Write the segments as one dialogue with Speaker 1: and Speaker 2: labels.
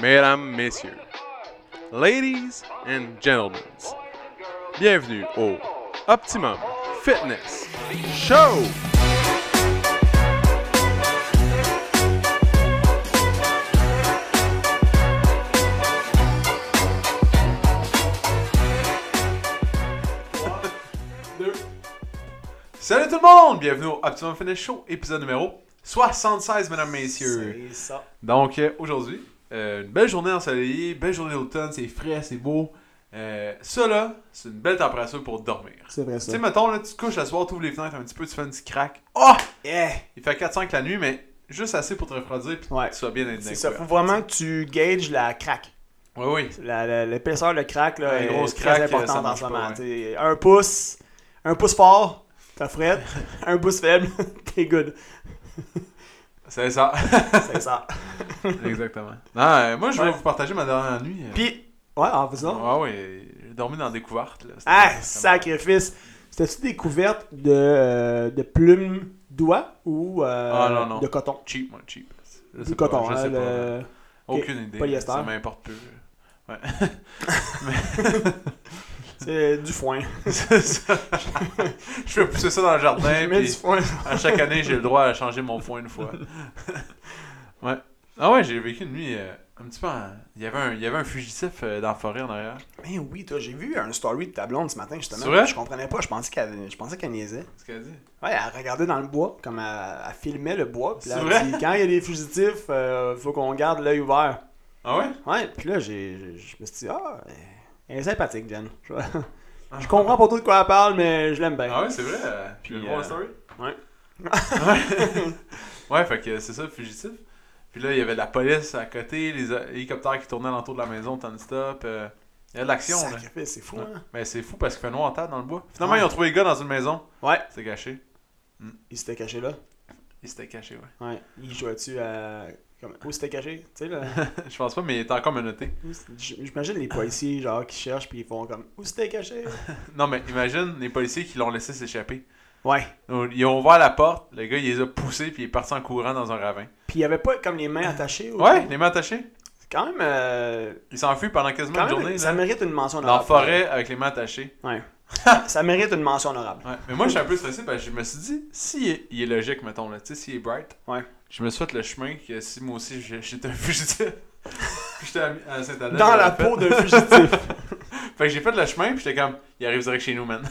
Speaker 1: mesdames, messieurs, ladies and gentlemen, bienvenue au Optimum Fitness Show! Salut tout le monde! Bienvenue au Optimum Fitness Show, épisode numéro 76, mesdames, messieurs.
Speaker 2: C'est ça.
Speaker 1: Donc euh, aujourd'hui, euh, une belle journée ensoleillée, belle journée d'automne, c'est frais, c'est beau. Euh, ça là, c'est une belle température pour dormir.
Speaker 2: C'est vrai
Speaker 1: Tu
Speaker 2: ça.
Speaker 1: sais, mettons, là, tu te couches le soir, tu ouvres les fenêtres un petit peu, tu fais un petit crack. Oh!
Speaker 2: Yeah!
Speaker 1: Il fait 4-5 la nuit, mais juste assez pour te refroidir puis
Speaker 2: Ouais.
Speaker 1: que tu sois bien
Speaker 2: C'est ça. Faut vraiment que tu gages la craque.
Speaker 1: Oui, oui.
Speaker 2: La- la- L'épaisseur, le crack, là,
Speaker 1: Ouais, une
Speaker 2: est
Speaker 1: grosse
Speaker 2: très
Speaker 1: craque, euh,
Speaker 2: importante
Speaker 1: ça
Speaker 2: en
Speaker 1: marche
Speaker 2: ce moment.
Speaker 1: pas,
Speaker 2: T'sais, Un pouce, un pouce fort, t'as fret. un pouce faible, t'es good.
Speaker 1: C'est ça.
Speaker 2: C'est ça.
Speaker 1: Exactement. Non, euh, moi, je vais
Speaker 2: Ouais.
Speaker 1: vous partager ma dernière nuit. euh.
Speaker 2: Puis, ouais, en faisant.
Speaker 1: Ah oui, j'ai dormi dans la découverte. Là. C'était
Speaker 2: Ah,
Speaker 1: vraiment-
Speaker 2: sacrifice! C'était-tu des couvertes de, euh, de plumes d'oie ou euh,
Speaker 1: Ah, non, non.
Speaker 2: de coton?
Speaker 1: Cheap, moi, cheap. Je sais
Speaker 2: Du
Speaker 1: pas,
Speaker 2: coton,
Speaker 1: je
Speaker 2: hein,
Speaker 1: sais pas.
Speaker 2: le-
Speaker 1: Aucune idée.
Speaker 2: polyester.
Speaker 1: Ça m'importe peu. Ouais.
Speaker 2: c'est du foin.
Speaker 1: C'est ça. je vais pousser ça dans le jardin.
Speaker 2: Je mets du
Speaker 1: puis
Speaker 2: foin.
Speaker 1: à chaque année, j'ai le droit à changer mon foin une fois. ouais. Ah ouais, j'ai vécu une nuit euh, un petit peu. en- Il, y avait un, il y avait un fugitif euh, dans la forêt en arrière.
Speaker 2: Ben oui, toi, j'ai vu un story de ta blonde ce matin, justement.
Speaker 1: C'est vrai?
Speaker 2: Je comprenais pas, je pensais qu'elle je pensais qu'elle niaisait.
Speaker 1: C'est ce qu'elle dit.
Speaker 2: Ouais, elle regardait dans le bois, comme elle, elle filmait le bois. Puis là,
Speaker 1: C'est
Speaker 2: elle
Speaker 1: vrai?
Speaker 2: dit, quand il y a des fugitifs, euh, faut qu'on garde l'œil ouvert.
Speaker 1: Ah ouais?
Speaker 2: Ouais, puis là, j'ai, j'ai- je me suis dit, ah, elle est sympathique, Jen. Je, je comprends pas trop de quoi elle parle, mais je l'aime bien.
Speaker 1: Ah ouais, c'est vrai. euh, tu
Speaker 2: Puis,
Speaker 1: veux
Speaker 2: euh,
Speaker 1: voir la story?
Speaker 2: ouais.
Speaker 1: ouais. Ouais, fait que c'est ça, le fugitif. Puis là, il y avait de la police à côté, les hé- hélicoptères qui tournaient alentour de la maison non-stop. euh, il y a de l'action, là.
Speaker 2: Sacrifice, c'est fou, hein?
Speaker 1: Mais c'est fou parce qu'il fait noir en table dans le bois. Finalement,
Speaker 2: Ouais.
Speaker 1: ils ont trouvé le gars dans une maison.
Speaker 2: Ah. Ouais,
Speaker 1: C'est caché.
Speaker 2: il s'était caché là.
Speaker 1: Il s'était caché, ouais.
Speaker 2: Ouais, il jouait-tu à. Comme... Où s'était caché? Tu sais, là.
Speaker 1: Je pense pas, mais il était encore menotté.
Speaker 2: où c- j- J'imagine les policiers, genre, qui cherchent, puis ils font comme, où s'était caché?
Speaker 1: Non, mais imagine les policiers qui l'ont laissé s'échapper.
Speaker 2: Ouais.
Speaker 1: Donc, Ils ont ouvert la porte, le gars, il les a poussés, puis il est parti en courant dans un ravin.
Speaker 2: Puis il avait pas comme les mains attachées. ou-
Speaker 1: Ouais, les mains attachées.
Speaker 2: C'est quand même. euh,
Speaker 1: Il s'enfuit pendant quasiment
Speaker 2: quand
Speaker 1: une
Speaker 2: même, hein,
Speaker 1: journée. là,
Speaker 2: ça mérite une mention
Speaker 1: dans la
Speaker 2: honorable.
Speaker 1: forêt, avec les mains attachées.
Speaker 2: Ouais. ça mérite une mention honorable.
Speaker 1: Ouais. Mais moi, je suis un peu stressé parce que je me suis dit, s'il est, il est logique, mettons, là, tu sais, s'il est bright,
Speaker 2: Ouais.
Speaker 1: je me souhaite le chemin que si moi aussi j'ai- j'étais un fugitif. Puis j'étais à, à Saint-Adèle.
Speaker 2: Dans
Speaker 1: j'aurais
Speaker 2: la
Speaker 1: fait.
Speaker 2: peau d'un fugitif.
Speaker 1: Fait que j'ai fait le chemin, puis j'étais comme, il arrive direct chez nous, man.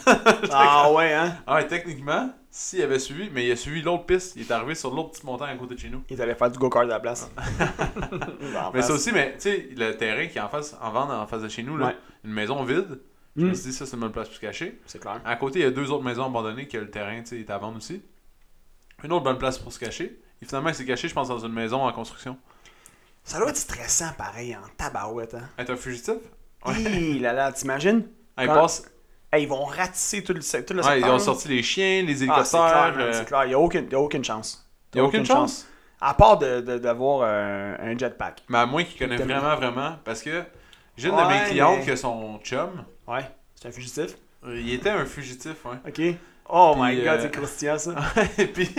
Speaker 2: ah ouais, hein.
Speaker 1: ah, ouais, techniquement, s'il avait suivi, mais il a suivi l'autre piste, il est arrivé sur l'autre petit montant à côté de chez nous.
Speaker 2: Ils allaient faire du go-kart à la place. ben, D'en
Speaker 1: Mais
Speaker 2: face.
Speaker 1: ça aussi, mais tu sais, le terrain qui est en face, en vente en face de chez nous, là,
Speaker 2: Ouais.
Speaker 1: une maison vide, je
Speaker 2: Mm.
Speaker 1: me suis dit, ça, c'est une bonne place pour se cacher.
Speaker 2: C'est clair.
Speaker 1: À côté, il y a deux autres maisons abandonnées que le terrain, tu sais, est à vendre aussi. Une autre bonne place pour se cacher. Et finalement, il s'est caché, je pense, dans une maison en construction.
Speaker 2: Ça doit être stressant pareil en tabarouette, hein.
Speaker 1: Être un fugitif? Ouais.
Speaker 2: Hi là là, t'imagines?
Speaker 1: Ah, ils
Speaker 2: Quand-
Speaker 1: passent-
Speaker 2: Hey, ils vont ratisser tout le, se- tout le
Speaker 1: ouais, ils
Speaker 2: secteur,
Speaker 1: ont
Speaker 2: là.
Speaker 1: sorti les chiens, les
Speaker 2: Ah, c'est clair,
Speaker 1: hélicoptères.
Speaker 2: man,
Speaker 1: euh,
Speaker 2: c'est clair. Il n'y a, aucune- y a aucune chance.
Speaker 1: Il y a aucune chance.
Speaker 2: À part de- de- d'avoir euh, un jetpack.
Speaker 1: Mais à moins qu'il connaisse
Speaker 2: Tellement.
Speaker 1: vraiment, vraiment. Parce que j'ai une de
Speaker 2: Ouais,
Speaker 1: mes clientes
Speaker 2: mais-
Speaker 1: que son chum,
Speaker 2: Ouais. C'est un fugitif.
Speaker 1: euh, il était un fugitif, ouais.
Speaker 2: OK. Oh
Speaker 1: Puis,
Speaker 2: my god,
Speaker 1: euh,
Speaker 2: c'est croustillant ça.
Speaker 1: Et puis,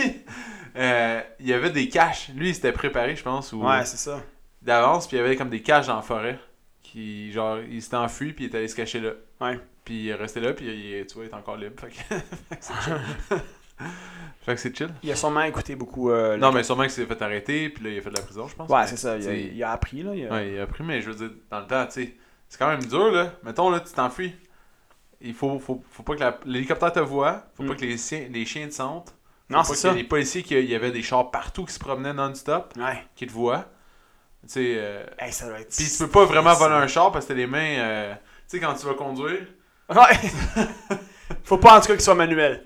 Speaker 1: euh, il y avait des caches. Lui, il s'était préparé, je pense, ou
Speaker 2: Ouais, c'est ça.
Speaker 1: d'avance, puis il y avait comme des caches dans la forêt. Qui, genre, il s'était enfui, puis il est allé se cacher là.
Speaker 2: Ouais.
Speaker 1: Puis il est resté là, puis il est, tu vois, il est encore libre. Fait que, fait que c'est chill. fait que c'est chill.
Speaker 2: Il a sûrement écouté beaucoup. euh, le-
Speaker 1: Non, mais sûrement qu'il s'est fait arrêter, puis là, il a fait de la prison, je pense.
Speaker 2: Ouais,
Speaker 1: Mais,
Speaker 2: c'est ça.
Speaker 1: tu
Speaker 2: Il a,
Speaker 1: sais,
Speaker 2: il a appris, là. il a-
Speaker 1: Ouais, il a pris, mais je veux dire, dans le temps, tu sais, c'est quand même dur, là. Mettons, là, tu t'enfuis. Il faut, faut, faut pas que la- l'hélicoptère te voie, faut pas
Speaker 2: Mm.
Speaker 1: que les, chiens- les chiens te sentent. Faut
Speaker 2: Non,
Speaker 1: pas
Speaker 2: c'est
Speaker 1: qu'il y
Speaker 2: ça.
Speaker 1: ait des policiers, qui- il y avait des chars partout qui se promenaient non-stop,
Speaker 2: Ouais.
Speaker 1: qui te voient. Tu sais, euh,
Speaker 2: Hey, ça doit être.
Speaker 1: Puis tu peux pas vraiment voler un char parce que t'as les mains. euh, Tu sais, quand tu vas conduire.
Speaker 2: Ouais. Faut pas en tout cas qu'il soit manuel.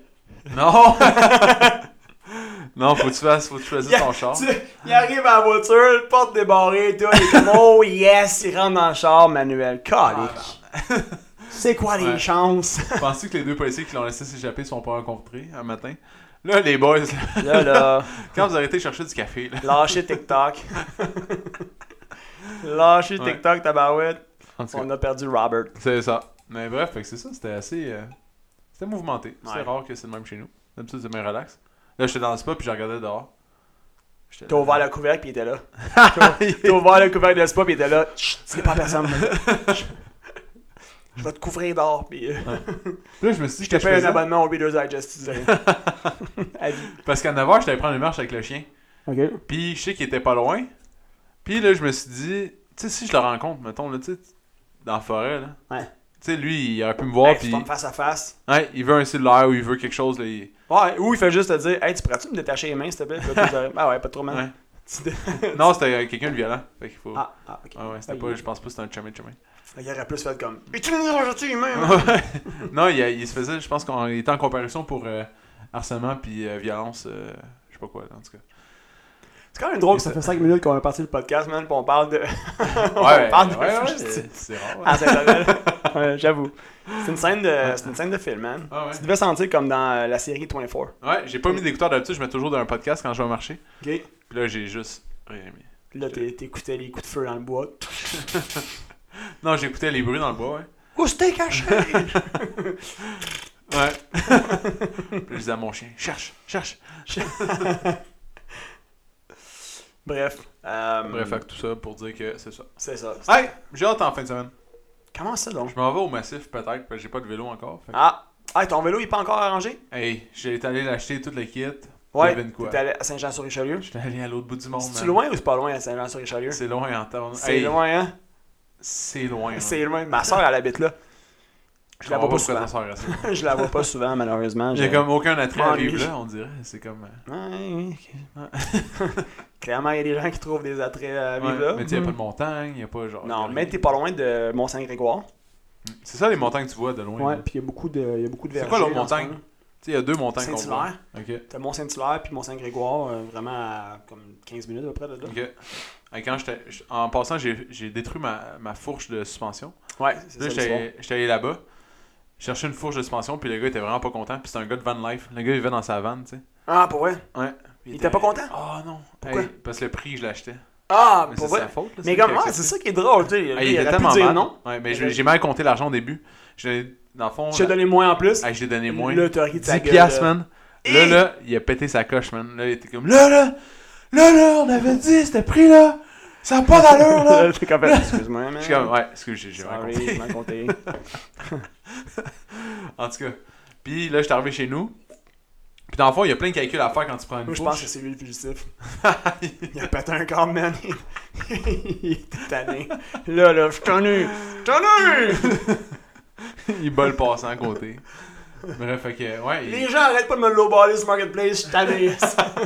Speaker 1: Non! non, faut que tu fasses, faut que tu choisisses
Speaker 2: Yeah,
Speaker 1: ton char.
Speaker 2: Tu- il arrive à la voiture, porte débarrée et tout. Il est comme, oh yes, il rentre dans le char manuel. Calique.
Speaker 1: Ah,
Speaker 2: c'est quoi les
Speaker 1: Ouais.
Speaker 2: chances?
Speaker 1: Penses-tu que les deux policiers qui l'ont laissé s'échapper sont pas rencontrés un matin? Là, les boys, là,
Speaker 2: là, là,
Speaker 1: quand vous arrêtez de chercher du café, là.
Speaker 2: lâchez TikTok. lâchez
Speaker 1: Ouais.
Speaker 2: TikTok, tabarouette.
Speaker 1: En tout cas,
Speaker 2: On a perdu Robert.
Speaker 1: C'est ça. Mais bref, fait que c'est ça, c'était assez. euh, c'était mouvementé. C'est
Speaker 2: Ouais.
Speaker 1: rare que c'est le même chez nous. D'habitude, c'est bien relax. Là, j'étais dans le spa puis je regardais dehors. J'étais
Speaker 2: T'as
Speaker 1: là.
Speaker 2: ouvert le couvercle puis il était là. T'as t'as ouvert le couvercle de spa puis il était là. Chut, c'est pas à personne. Chut. Je vais te couvrir d'or puis euh,
Speaker 1: Puis là, je me suis dit,
Speaker 2: je te
Speaker 1: que je
Speaker 2: paye un
Speaker 1: faisais.
Speaker 2: abonnement au Reader's Digest si tu veux. À vie.
Speaker 1: Parce qu'à 9h, j'étais allé prendre une marche avec le chien.
Speaker 2: Ok.
Speaker 1: Puis je sais qu'il était pas loin. Puis là, je me suis dit, tu sais, si je le rencontre, mettons, là, tu sais, dans la forêt, là.
Speaker 2: Ouais.
Speaker 1: Tu sais, lui, il aurait pu me voir,
Speaker 2: Hey, tu
Speaker 1: puis.
Speaker 2: tombes face à face.
Speaker 1: Ouais, il veut un cellulaire ou il veut quelque chose, là. il-
Speaker 2: Ouais, ou il fait juste te dire Hey, tu pourrais-tu me détacher les mains s'il te plaît Puis là, tu dirais, Ah ouais, pas trop mal.
Speaker 1: Ouais.
Speaker 2: Tu dé-
Speaker 1: Non, c'était euh, quelqu'un de violent. Fait qu'il faut.
Speaker 2: Ah, ah, ok.
Speaker 1: Ouais, ouais, c'était pas, je pense pas que c'était un chummy chummy.
Speaker 2: Il aurait plus fait comme Et tu me déranges-tu les mains hein?
Speaker 1: Ouais. non, il, il se faisait, je pense qu'on était en comparaison pour euh, harcèlement puis euh, violence, euh, je sais pas quoi, en tout cas.
Speaker 2: C'est quand même drôle que ça fait 5 minutes qu'on est parti le podcast, man, puis on parle de. on parle de
Speaker 1: ouais, ouais,
Speaker 2: justice.
Speaker 1: c'est- c'est rare. ouais.
Speaker 2: Ah, c'est pas ouais, J'avoue. C'est une scène de, c'est une scène de film, man.
Speaker 1: Ah ouais.
Speaker 2: Tu devais sentir comme dans euh, la série 24.
Speaker 1: Ouais, j'ai pas mis d'écouteurs d'habitude, je mets toujours dans un podcast quand je vais marcher.
Speaker 2: Ok.
Speaker 1: Puis là, j'ai juste rien mis.
Speaker 2: Puis là, t'é- t'écoutais les coups de feu dans le bois.
Speaker 1: Non, j'écoutais les bruits dans le bois, ouais.
Speaker 2: Où c'était caché
Speaker 1: Ouais. Puis je disais à mon chien, cherche, cherche.
Speaker 2: Bref. euh,
Speaker 1: Bref, hein. fait que tout ça pour dire que c'est ça.
Speaker 2: C'est ça.
Speaker 1: Hey, j'ai hâte en fin de semaine.
Speaker 2: Comment ça donc
Speaker 1: Je m'en vais au massif peut-être, parce que j'ai pas de vélo encore. Fait que-
Speaker 2: Ah, hey, ton vélo, il est pas encore arrangé
Speaker 1: Hey, j'ai allé l'acheter toute la kit.
Speaker 2: Ouais.
Speaker 1: Devine quoi.
Speaker 2: T'es allé à Saint-Jean-sur-Richelieu
Speaker 1: J'étais allé à l'autre bout du monde.
Speaker 2: C'est-tu
Speaker 1: Oh, man.
Speaker 2: loin ou c'est pas loin à Saint-Jean-sur-Richelieu
Speaker 1: C'est loin en temps.
Speaker 2: C'est loin, hein
Speaker 1: C'est loin. hein.
Speaker 2: C'est loin. Ma soeur, elle habite là. Je la
Speaker 1: comprends
Speaker 2: vois pas Ah,
Speaker 1: pourquoi
Speaker 2: souvent.
Speaker 1: ta soeur reste là.
Speaker 2: Je la vois pas souvent, malheureusement.
Speaker 1: J'ai
Speaker 2: Je-
Speaker 1: comme aucun attrait à
Speaker 2: M'ennuie.
Speaker 1: vivre là, on dirait. C'est comme. euh,
Speaker 2: Ouais, oui, ok. Clairement, il y a des gens qui trouvent des attraits à vivre
Speaker 1: ouais,
Speaker 2: là.
Speaker 1: Mais tu sais, y a pas de montagne, y a pas genre. y a
Speaker 2: Non,
Speaker 1: rien.
Speaker 2: mais t'es pas loin de Mont-Saint-Grégoire.
Speaker 1: C'est ça les montagnes que tu vois de loin.
Speaker 2: Ouais,
Speaker 1: là.
Speaker 2: puis il y a beaucoup de, il y a beaucoup de
Speaker 1: C'est
Speaker 2: vergers.
Speaker 1: quoi l'autre
Speaker 2: dans ce
Speaker 1: montagne?
Speaker 2: coin-là.
Speaker 1: Tu sais, y a deux montagnes qu'on voit.
Speaker 2: Saint-Hilaire.
Speaker 1: Ok.
Speaker 2: T'as Mont-Saint-Hilaire puis Mont-Saint-Grégoire, euh, vraiment à comme 15 minutes à peu près de là.
Speaker 1: Ok. Et quand j'étais- j- en passant, j'ai j'ai détruit ma, ma fourche de suspension.
Speaker 2: Ouais, c'est
Speaker 1: Là,
Speaker 2: ça l'histoire.
Speaker 1: j'étais j'étais allé là-bas, chercher une fourche de suspension, puis le gars était vraiment pas content. Puis c'était un gars de van life. Le gars, il vivait dans sa van, tu sais.
Speaker 2: Ah, pour vrai?
Speaker 1: Ouais. Puis
Speaker 2: Il était pas content?
Speaker 1: Ah non.
Speaker 2: Pourquoi?
Speaker 1: Hey, parce que le prix, je l'achetais.
Speaker 2: Ah,
Speaker 1: Mais
Speaker 2: pour
Speaker 1: c'est
Speaker 2: vrai?
Speaker 1: sa faute. là,
Speaker 2: Mais
Speaker 1: lui qui a
Speaker 2: comme, ah,
Speaker 1: accepté.
Speaker 2: c'est ça qui est drôle, tu sais.
Speaker 1: Ah,
Speaker 2: Lui,
Speaker 1: il
Speaker 2: il
Speaker 1: était
Speaker 2: aurait pu
Speaker 1: tellement
Speaker 2: dire
Speaker 1: mal.
Speaker 2: non.
Speaker 1: Ouais, mais
Speaker 2: Il
Speaker 1: j'ai
Speaker 2: aurait-
Speaker 1: j'ai mal compté l'argent au début. J'ai- Dans le fond,
Speaker 2: Je t'ai donné moins en plus.
Speaker 1: ah, j'ai donné moins.
Speaker 2: Là, t'as ri de sa
Speaker 1: 10
Speaker 2: gueule.
Speaker 1: piastres, man. Là,
Speaker 2: Hey!
Speaker 1: là, il a pété sa coche, man. Là, il était comme, là, là, là, là, on avait dit, c'était pris, là. Ça n'a pas d'allure, là.
Speaker 2: T'es comme, excuse-moi, man.
Speaker 1: Je suis comme, ouais, excuse, j'ai j'ai mal compris.
Speaker 2: Sorry, je m'en comptais.
Speaker 1: En tout cas. Puis là, je suis arrivé chez nous. Puis dans le fond, il y a plein de calculs à faire quand tu prends une
Speaker 2: Moi, je pense
Speaker 1: fourche.
Speaker 2: que c'est lui le fugitif. il a pété un corps, man. il était tanné. Là, là, je suis tanné. Je suis tanné!
Speaker 1: il bat le passant à côté. Bref, fait que, ouais,
Speaker 2: Les
Speaker 1: il-
Speaker 2: gens arrêtent pas de me lowballer sur Marketplace, je suis tanné.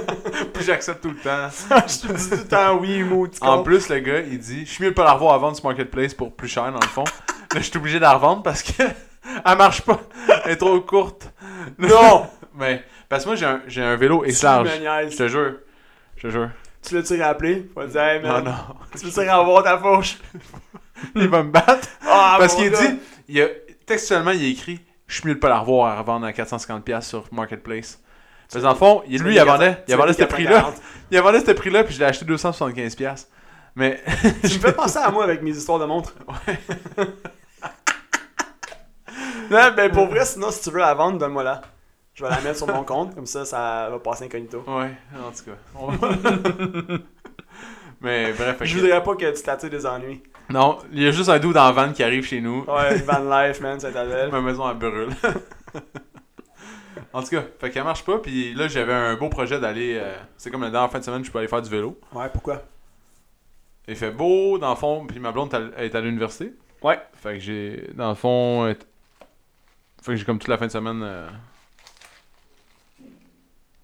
Speaker 1: puis j'accepte tout le temps.
Speaker 2: je te dis tout le temps oui, maudit
Speaker 1: En
Speaker 2: con.
Speaker 1: plus, le gars, il dit Je suis mieux de pas la revoir à vendre sur Marketplace pour plus cher, dans le fond. Là, je suis obligé de la revendre parce que elle marche pas. Elle est trop courte.
Speaker 2: Non!
Speaker 1: Mais, parce que moi, j'ai un, j'ai un vélo
Speaker 2: Tu
Speaker 1: et large.
Speaker 2: me niaises.
Speaker 1: Je te jure. Je te jure.
Speaker 2: Tu l'as-tu rappelé? Faut dire, hey,
Speaker 1: Non,
Speaker 2: man,
Speaker 1: non.
Speaker 2: tu veux-tu revoir ta fourche?
Speaker 1: Il va me battre.
Speaker 2: Ah,
Speaker 1: parce
Speaker 2: mon
Speaker 1: qu'il
Speaker 2: gars.
Speaker 1: dit il a, Textuellement, il a écrit Je suis mieux de pas la revoir à revendre à 450$ sur Marketplace. Parce que dans le fond, il-
Speaker 2: Tu
Speaker 1: lui,
Speaker 2: l'as
Speaker 1: il
Speaker 2: dit
Speaker 1: vendait, il vendait ce
Speaker 2: 440.
Speaker 1: prix-là. Il vendait ce prix-là, puis je l'ai acheté 275$. Mais.
Speaker 2: Tu me fais penser à moi avec mes histoires de montres. non, ben pour vrai, sinon, si tu veux la vendre, donne-moi la. Je vais la mettre sur mon compte, comme ça, ça va passer incognito.
Speaker 1: Ouais, en tout cas. On va- Mais bref, fait
Speaker 2: Je
Speaker 1: que-
Speaker 2: voudrais pas que tu t'attires des ennuis.
Speaker 1: non, il y a juste un doux dans la van qui arrive chez nous.
Speaker 2: Ouais, Van Life, man, c'est ta belle.
Speaker 1: Ma maison à brûle. en tout cas, fait qu'elle marche pas. Puis là, j'avais un beau projet d'aller. euh, C'est comme la dernière fin de semaine, je peux aller faire du vélo.
Speaker 2: Ouais, pourquoi
Speaker 1: Il fait beau, dans le fond. Puis ma blonde est à- est à l'université.
Speaker 2: Ouais.
Speaker 1: Fait que j'ai. Dans le fond. est- Fait que j'ai comme toute la fin de semaine. euh,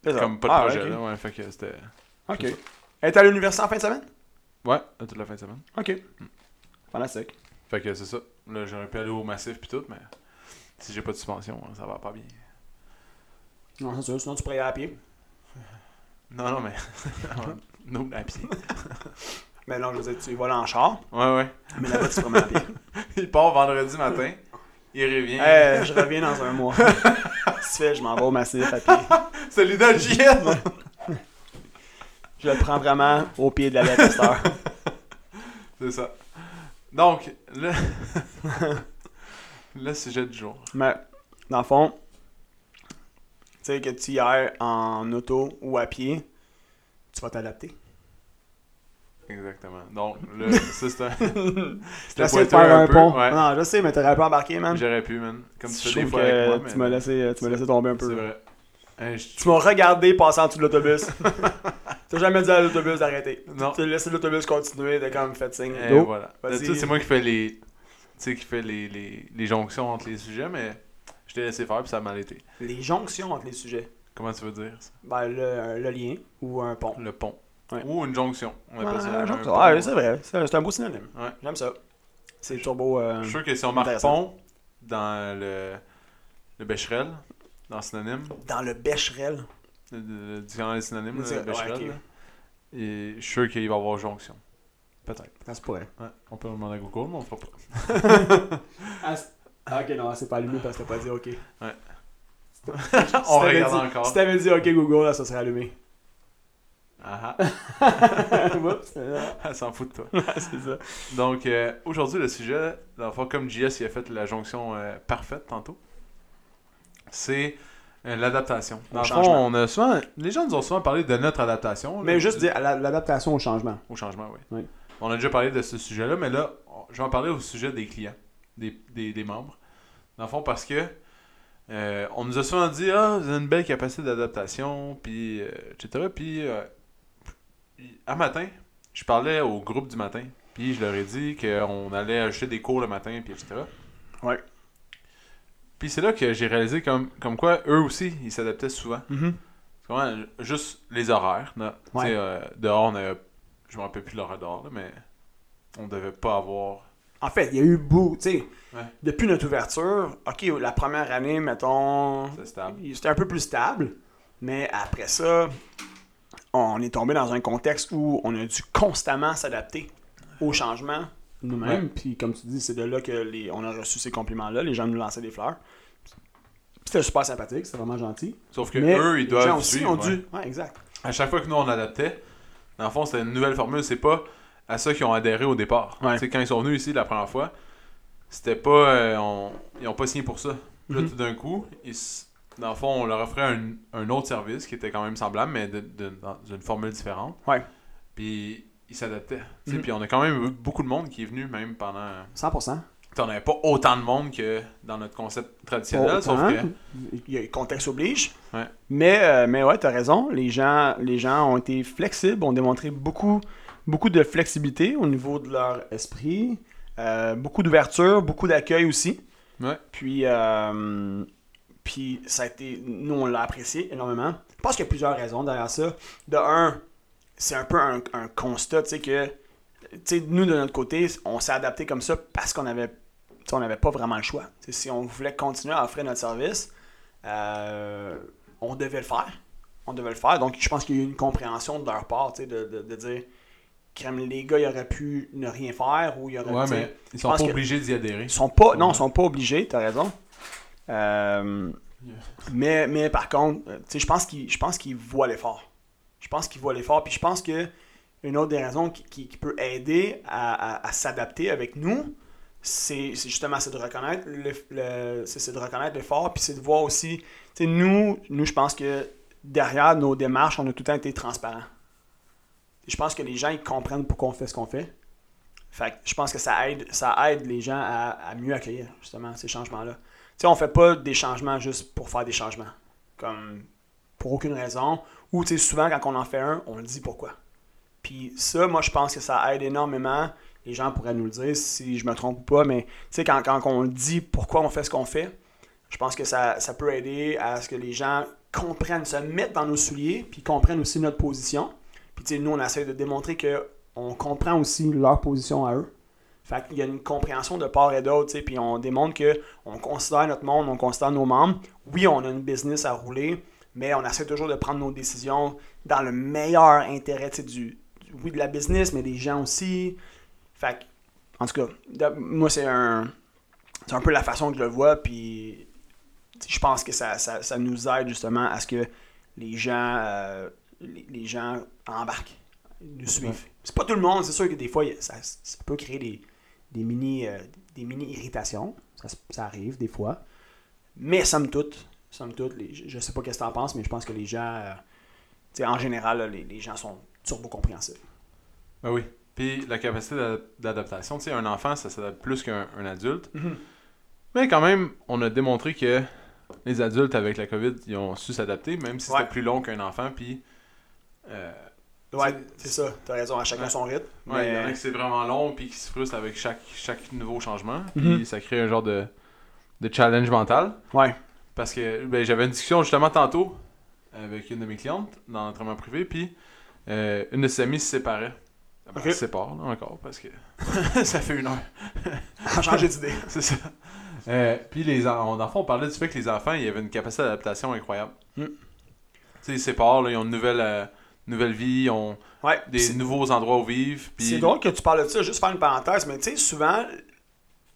Speaker 2: C'est ça.
Speaker 1: comme pas de
Speaker 2: Ah,
Speaker 1: projet.
Speaker 2: ok.
Speaker 1: là, ouais, fait que c'était.
Speaker 2: Ok. Elle est à l'université en fin de semaine
Speaker 1: Ouais, toute la fin de semaine.
Speaker 2: Ok. Pendant sec.
Speaker 1: Fait que c'est ça. Là, j'aurais pu aller au massif pis tout, mais si j'ai pas de suspension, hein, ça va pas bien.
Speaker 2: Non, c'est sûr, sinon tu pourrais y aller à pied.
Speaker 1: Non, non, mais. no, à pied.
Speaker 2: Mais non, je veux dire, tu y vas là en char,
Speaker 1: Ouais, ouais.
Speaker 2: mais là-bas, tu te promènes à pied.
Speaker 1: Il part vendredi matin. Il revient.
Speaker 2: Eh, je reviens dans un mois. Si fait, je m'en vais au massif à pied.
Speaker 1: C'est l'idée de JN!
Speaker 2: Je le prends vraiment au pied de la lettre à cette heure.
Speaker 1: C'est ça. Donc, le. le sujet du jour.
Speaker 2: Mais, dans le fond, tu sais, que tu y ailles en auto ou à pied, tu vas t'adapter.
Speaker 1: Exactement. Donc, là, ça, c'est un. C'était
Speaker 2: J'essaie de
Speaker 1: pointeur
Speaker 2: faire un,
Speaker 1: peu,
Speaker 2: pont.
Speaker 1: ouais.
Speaker 2: Non, je sais, mais t'aurais pas embarqué, man.
Speaker 1: J'aurais pu, man. Comme tu
Speaker 2: Je
Speaker 1: fais des
Speaker 2: trouve
Speaker 1: fois avec moi,
Speaker 2: que
Speaker 1: mais.
Speaker 2: tu m'as laissé, tu m'as laissé tomber un
Speaker 1: C'est
Speaker 2: peu.
Speaker 1: vrai. Hey, je-
Speaker 2: Tu m'as regardé passer en dessous de l'autobus. T'as jamais dit à l'autobus d'arrêter.
Speaker 1: Non. Eh
Speaker 2: Tu as laissé l'autobus continuer de comme fait signe.
Speaker 1: Et
Speaker 2: Go.
Speaker 1: Euh, voilà.
Speaker 2: Vas-y.
Speaker 1: Tu sais, c'est moi qui fais les. Tu sais, qui fait les, les, les jonctions entre les sujets, mais je t'ai laissé faire puis ça a mal été.
Speaker 2: Les jonctions entre les sujets.
Speaker 1: Comment tu veux dire ça?
Speaker 2: Ben, le, le lien ou un pont.
Speaker 1: Le pont.
Speaker 2: Ouais.
Speaker 1: Ou une jonction. On appelle ça un
Speaker 2: Ouais,
Speaker 1: pont.
Speaker 2: ouais, c'est vrai. C'est c'est un beau synonyme.
Speaker 1: Ouais.
Speaker 2: J'aime ça. C'est turbo. euh,
Speaker 1: Je suis sûr que si on marque
Speaker 2: Intéressant.
Speaker 1: pont dans le, le Becherel, dans synonyme,
Speaker 2: Dans le Becherel.
Speaker 1: le- le- durant les synonymes,
Speaker 2: Ouais,
Speaker 1: le Becherel,
Speaker 2: ok.
Speaker 1: là, et je suis sûr qu'il va y avoir jonction. Peut-être.
Speaker 2: Ça se pourrait.
Speaker 1: Ouais. On peut demander à Google, mais on fera pas.
Speaker 2: Ah, ok, non, c'est pas allumé parce que t'as pas dit OK.
Speaker 1: on
Speaker 2: Si t'avais
Speaker 1: regarde
Speaker 2: dit-
Speaker 1: encore.
Speaker 2: Si t'avais dit OK Google, là, ça serait allumé.
Speaker 1: Ah
Speaker 2: Oups,
Speaker 1: ah, elle s'en fout de toi.
Speaker 2: c'est ça.
Speaker 1: Donc, euh, aujourd'hui, le sujet, dans le fond, comme JS il a fait la jonction euh, parfaite tantôt, c'est euh, l'adaptation.
Speaker 2: Au
Speaker 1: Dans le fond,
Speaker 2: changement.
Speaker 1: on a souvent, les gens nous ont souvent parlé de notre adaptation. là,
Speaker 2: Mais juste dire, la- l'adaptation au changement.
Speaker 1: Au changement, oui.
Speaker 2: Oui.
Speaker 1: On a déjà parlé de ce sujet-là, mais là, on- je vais en parler au sujet des clients, des, des- des membres. Dans le fond, parce que euh, on nous a souvent dit Ah, vous avez une belle capacité d'adaptation, puis euh, etc. Puis euh, puis, un matin, je parlais au groupe du matin, puis je leur ai dit qu'on allait ajouter des cours le matin, puis etc.
Speaker 2: Ouais.
Speaker 1: Puis c'est là que j'ai réalisé comme, comme quoi eux aussi, ils s'adaptaient souvent. C'est vraiment juste les horaires. là. Tu
Speaker 2: Ouais.
Speaker 1: sais, euh, dehors, on avait. Je me rappelle plus de l'horaire dehors, là, mais on devait pas avoir.
Speaker 2: En fait, il y a eu beaucoup, tu sais.
Speaker 1: Ouais.
Speaker 2: Depuis notre ouverture, OK, la première année, mettons,
Speaker 1: C'était stable.
Speaker 2: Ah, c'était un peu plus stable. Mais après ça, on est tombé dans un contexte où on a dû constamment s'adapter aux changements nous-mêmes.
Speaker 1: Ouais.
Speaker 2: Puis comme tu dis, c'est de là que les, on a reçu ces compliments-là. Les gens nous lançaient des fleurs. Puis C'était super sympathique, c'était vraiment gentil.
Speaker 1: Sauf que
Speaker 2: mais
Speaker 1: eux, ils
Speaker 2: les
Speaker 1: doivent
Speaker 2: gens aussi
Speaker 1: suivre,
Speaker 2: ont
Speaker 1: ouais.
Speaker 2: dû. Ouais, exact.
Speaker 1: À chaque fois que nous, on adaptait, dans le fond, c'était une nouvelle formule. C'est pas à ceux qui ont adhéré au départ.
Speaker 2: Ouais.
Speaker 1: Tu sais, Quand ils sont venus ici la première fois, c'était pas. euh, on- Ils ont pas signé pour ça. Puis là,
Speaker 2: Mhm.
Speaker 1: tout d'un coup, ils s- dans le fond, on leur offrait un, un autre service qui était quand même semblable, mais de- de- dans une formule différente.
Speaker 2: Ouais.
Speaker 1: Puis ils s'adaptaient. Tu sais,
Speaker 2: Mhm.
Speaker 1: Puis on a quand même eu beaucoup de monde qui est venu, même pendant.
Speaker 2: 100%.
Speaker 1: T'en avais pas autant de monde que dans notre concept traditionnel,
Speaker 2: Autant.
Speaker 1: sauf que.
Speaker 2: Il y a- le contexte oblige.
Speaker 1: Ouais.
Speaker 2: Mais, euh, mais ouais, t'as raison. Les gens, les gens ont été flexibles, ont démontré beaucoup, beaucoup de flexibilité au niveau de leur esprit, euh, beaucoup d'ouverture, beaucoup d'accueil aussi.
Speaker 1: Ouais.
Speaker 2: Puis, euh, puis ça a été, nous, on l'a apprécié énormément. Je pense qu'il y a plusieurs raisons derrière ça. De un, c'est un peu un, un constat, tu sais, que tu sais, nous, de notre côté, on s'est adapté comme ça parce qu'on avait, tu sais, on n'avait pas vraiment le choix. Tu sais, si on voulait continuer à offrir notre service, euh, on devait le faire. On devait le faire. Donc, je pense qu'il y a eu une compréhension de leur part, tu sais, de, de, de dire, crème, les gars, ils auraient pu ne rien faire ou ils auraient
Speaker 1: Ouais,
Speaker 2: Euh, tu sais,
Speaker 1: mais ils sont
Speaker 2: pense
Speaker 1: pas
Speaker 2: que-
Speaker 1: obligés d'y adhérer.
Speaker 2: ils sont pas, non,
Speaker 1: Ouais.
Speaker 2: ils sont pas obligés, t'as raison. Euh,
Speaker 1: Yeah.
Speaker 2: mais, mais par contre, euh, tu sais, je pense qu'ils, je pense qu'ils voient l'effort. Je pense qu'ils voient l'effort, puis je pense que une autre des raisons qui, qui- qui peut aider à, à- à s'adapter avec nous, c'est c'est justement c'est de reconnaître le, le- c'est c'est de reconnaître l'effort, puis c'est de voir aussi, tu sais, nous, nous, je pense que derrière nos démarches, on a tout le temps été transparent. Je pense que les gens ils comprennent pourquoi on fait ce qu'on fait. Fait que je pense que ça aide, ça aide les gens à, à mieux accueillir justement ces changements-là. Tu sais, on fait pas des changements juste pour faire des changements, comme pour aucune raison. Ou tu sais, souvent quand on en fait un, on le dit pourquoi. Puis ça, moi je pense que ça aide énormément. Les gens pourraient nous le dire si je me trompe ou pas, mais tu sais, quand, quand on dit pourquoi on fait ce qu'on fait, je pense que ça, ça peut aider à ce que les gens comprennent, se mettent dans nos souliers, puis comprennent aussi notre position. Puis tu sais, nous, on essaie de démontrer que on comprend aussi leur position à eux. Fait qu'il y a une compréhension de part et d'autre, tu sais, puis on démontre que on considère notre monde, on considère nos membres. Oui, on a une business à rouler, mais on essaie toujours de prendre nos décisions dans le meilleur intérêt, tu sais, du, du- oui, de la business, mais des gens aussi. Fait que, en tout cas, de- moi, c'est un, c'est un peu la façon que je le vois, puis tu sais, je pense que ça, ça, ça nous aide justement à ce que les gens, euh, les, les gens embarquent, nous suivent. C'est pas tout le monde, c'est sûr que des fois, il- ça, ça peut créer des, des mini, euh, des mini irritations. Ça, se- ça arrive des fois. Mais somme toute, somme toute, les- je, je sais pas qu'est-ce que t'en penses, mais je pense que les gens, euh, tu Tu sais, en général, là, les, les gens sont turbo-compréhensifs.
Speaker 1: Ben oui. Puis la capacité d'a- d'adaptation, tu sais, un enfant, ça s'adapte plus qu'un un adulte.
Speaker 2: Mhm.
Speaker 1: Mais quand même, on a démontré que les adultes avec la COVID, ils ont su s'adapter, même si
Speaker 2: Ouais.
Speaker 1: c'était plus long qu'un enfant. Puis. euh,
Speaker 2: Ouais,
Speaker 1: C'est-
Speaker 2: c'est ça. T'as raison, à chacun
Speaker 1: Ouais.
Speaker 2: son rythme.
Speaker 1: ouais, il y en a
Speaker 2: mais-
Speaker 1: qui c'est vraiment long, puis qui se frustrent avec chaque, chaque nouveau changement. Puis
Speaker 2: Mhm.
Speaker 1: ça crée un genre de, de challenge mental.
Speaker 2: Ouais.
Speaker 1: Parce que ben, j'avais une discussion justement tantôt avec une de mes clientes dans l'entraînement privé, puis euh, une de ses amies se séparait. Ben,
Speaker 2: Ok.
Speaker 1: Elle se sépare là, encore parce que ça fait une heure.
Speaker 2: changer d'idée.
Speaker 1: C'est ça. Euh, puis les en on- dans le fond, on parlait du fait que les enfants, ils avaient une capacité d'adaptation incroyable.
Speaker 2: Mm.
Speaker 1: Tu sais, ils se séparent, là, ils ont une nouvelle, euh, nouvelle vie, ils ont
Speaker 2: Ouais.
Speaker 1: des
Speaker 2: c'est-
Speaker 1: nouveaux endroits où vivre. puis-
Speaker 2: C'est drôle que tu parles de ça, juste faire une parenthèse, mais tu sais, souvent,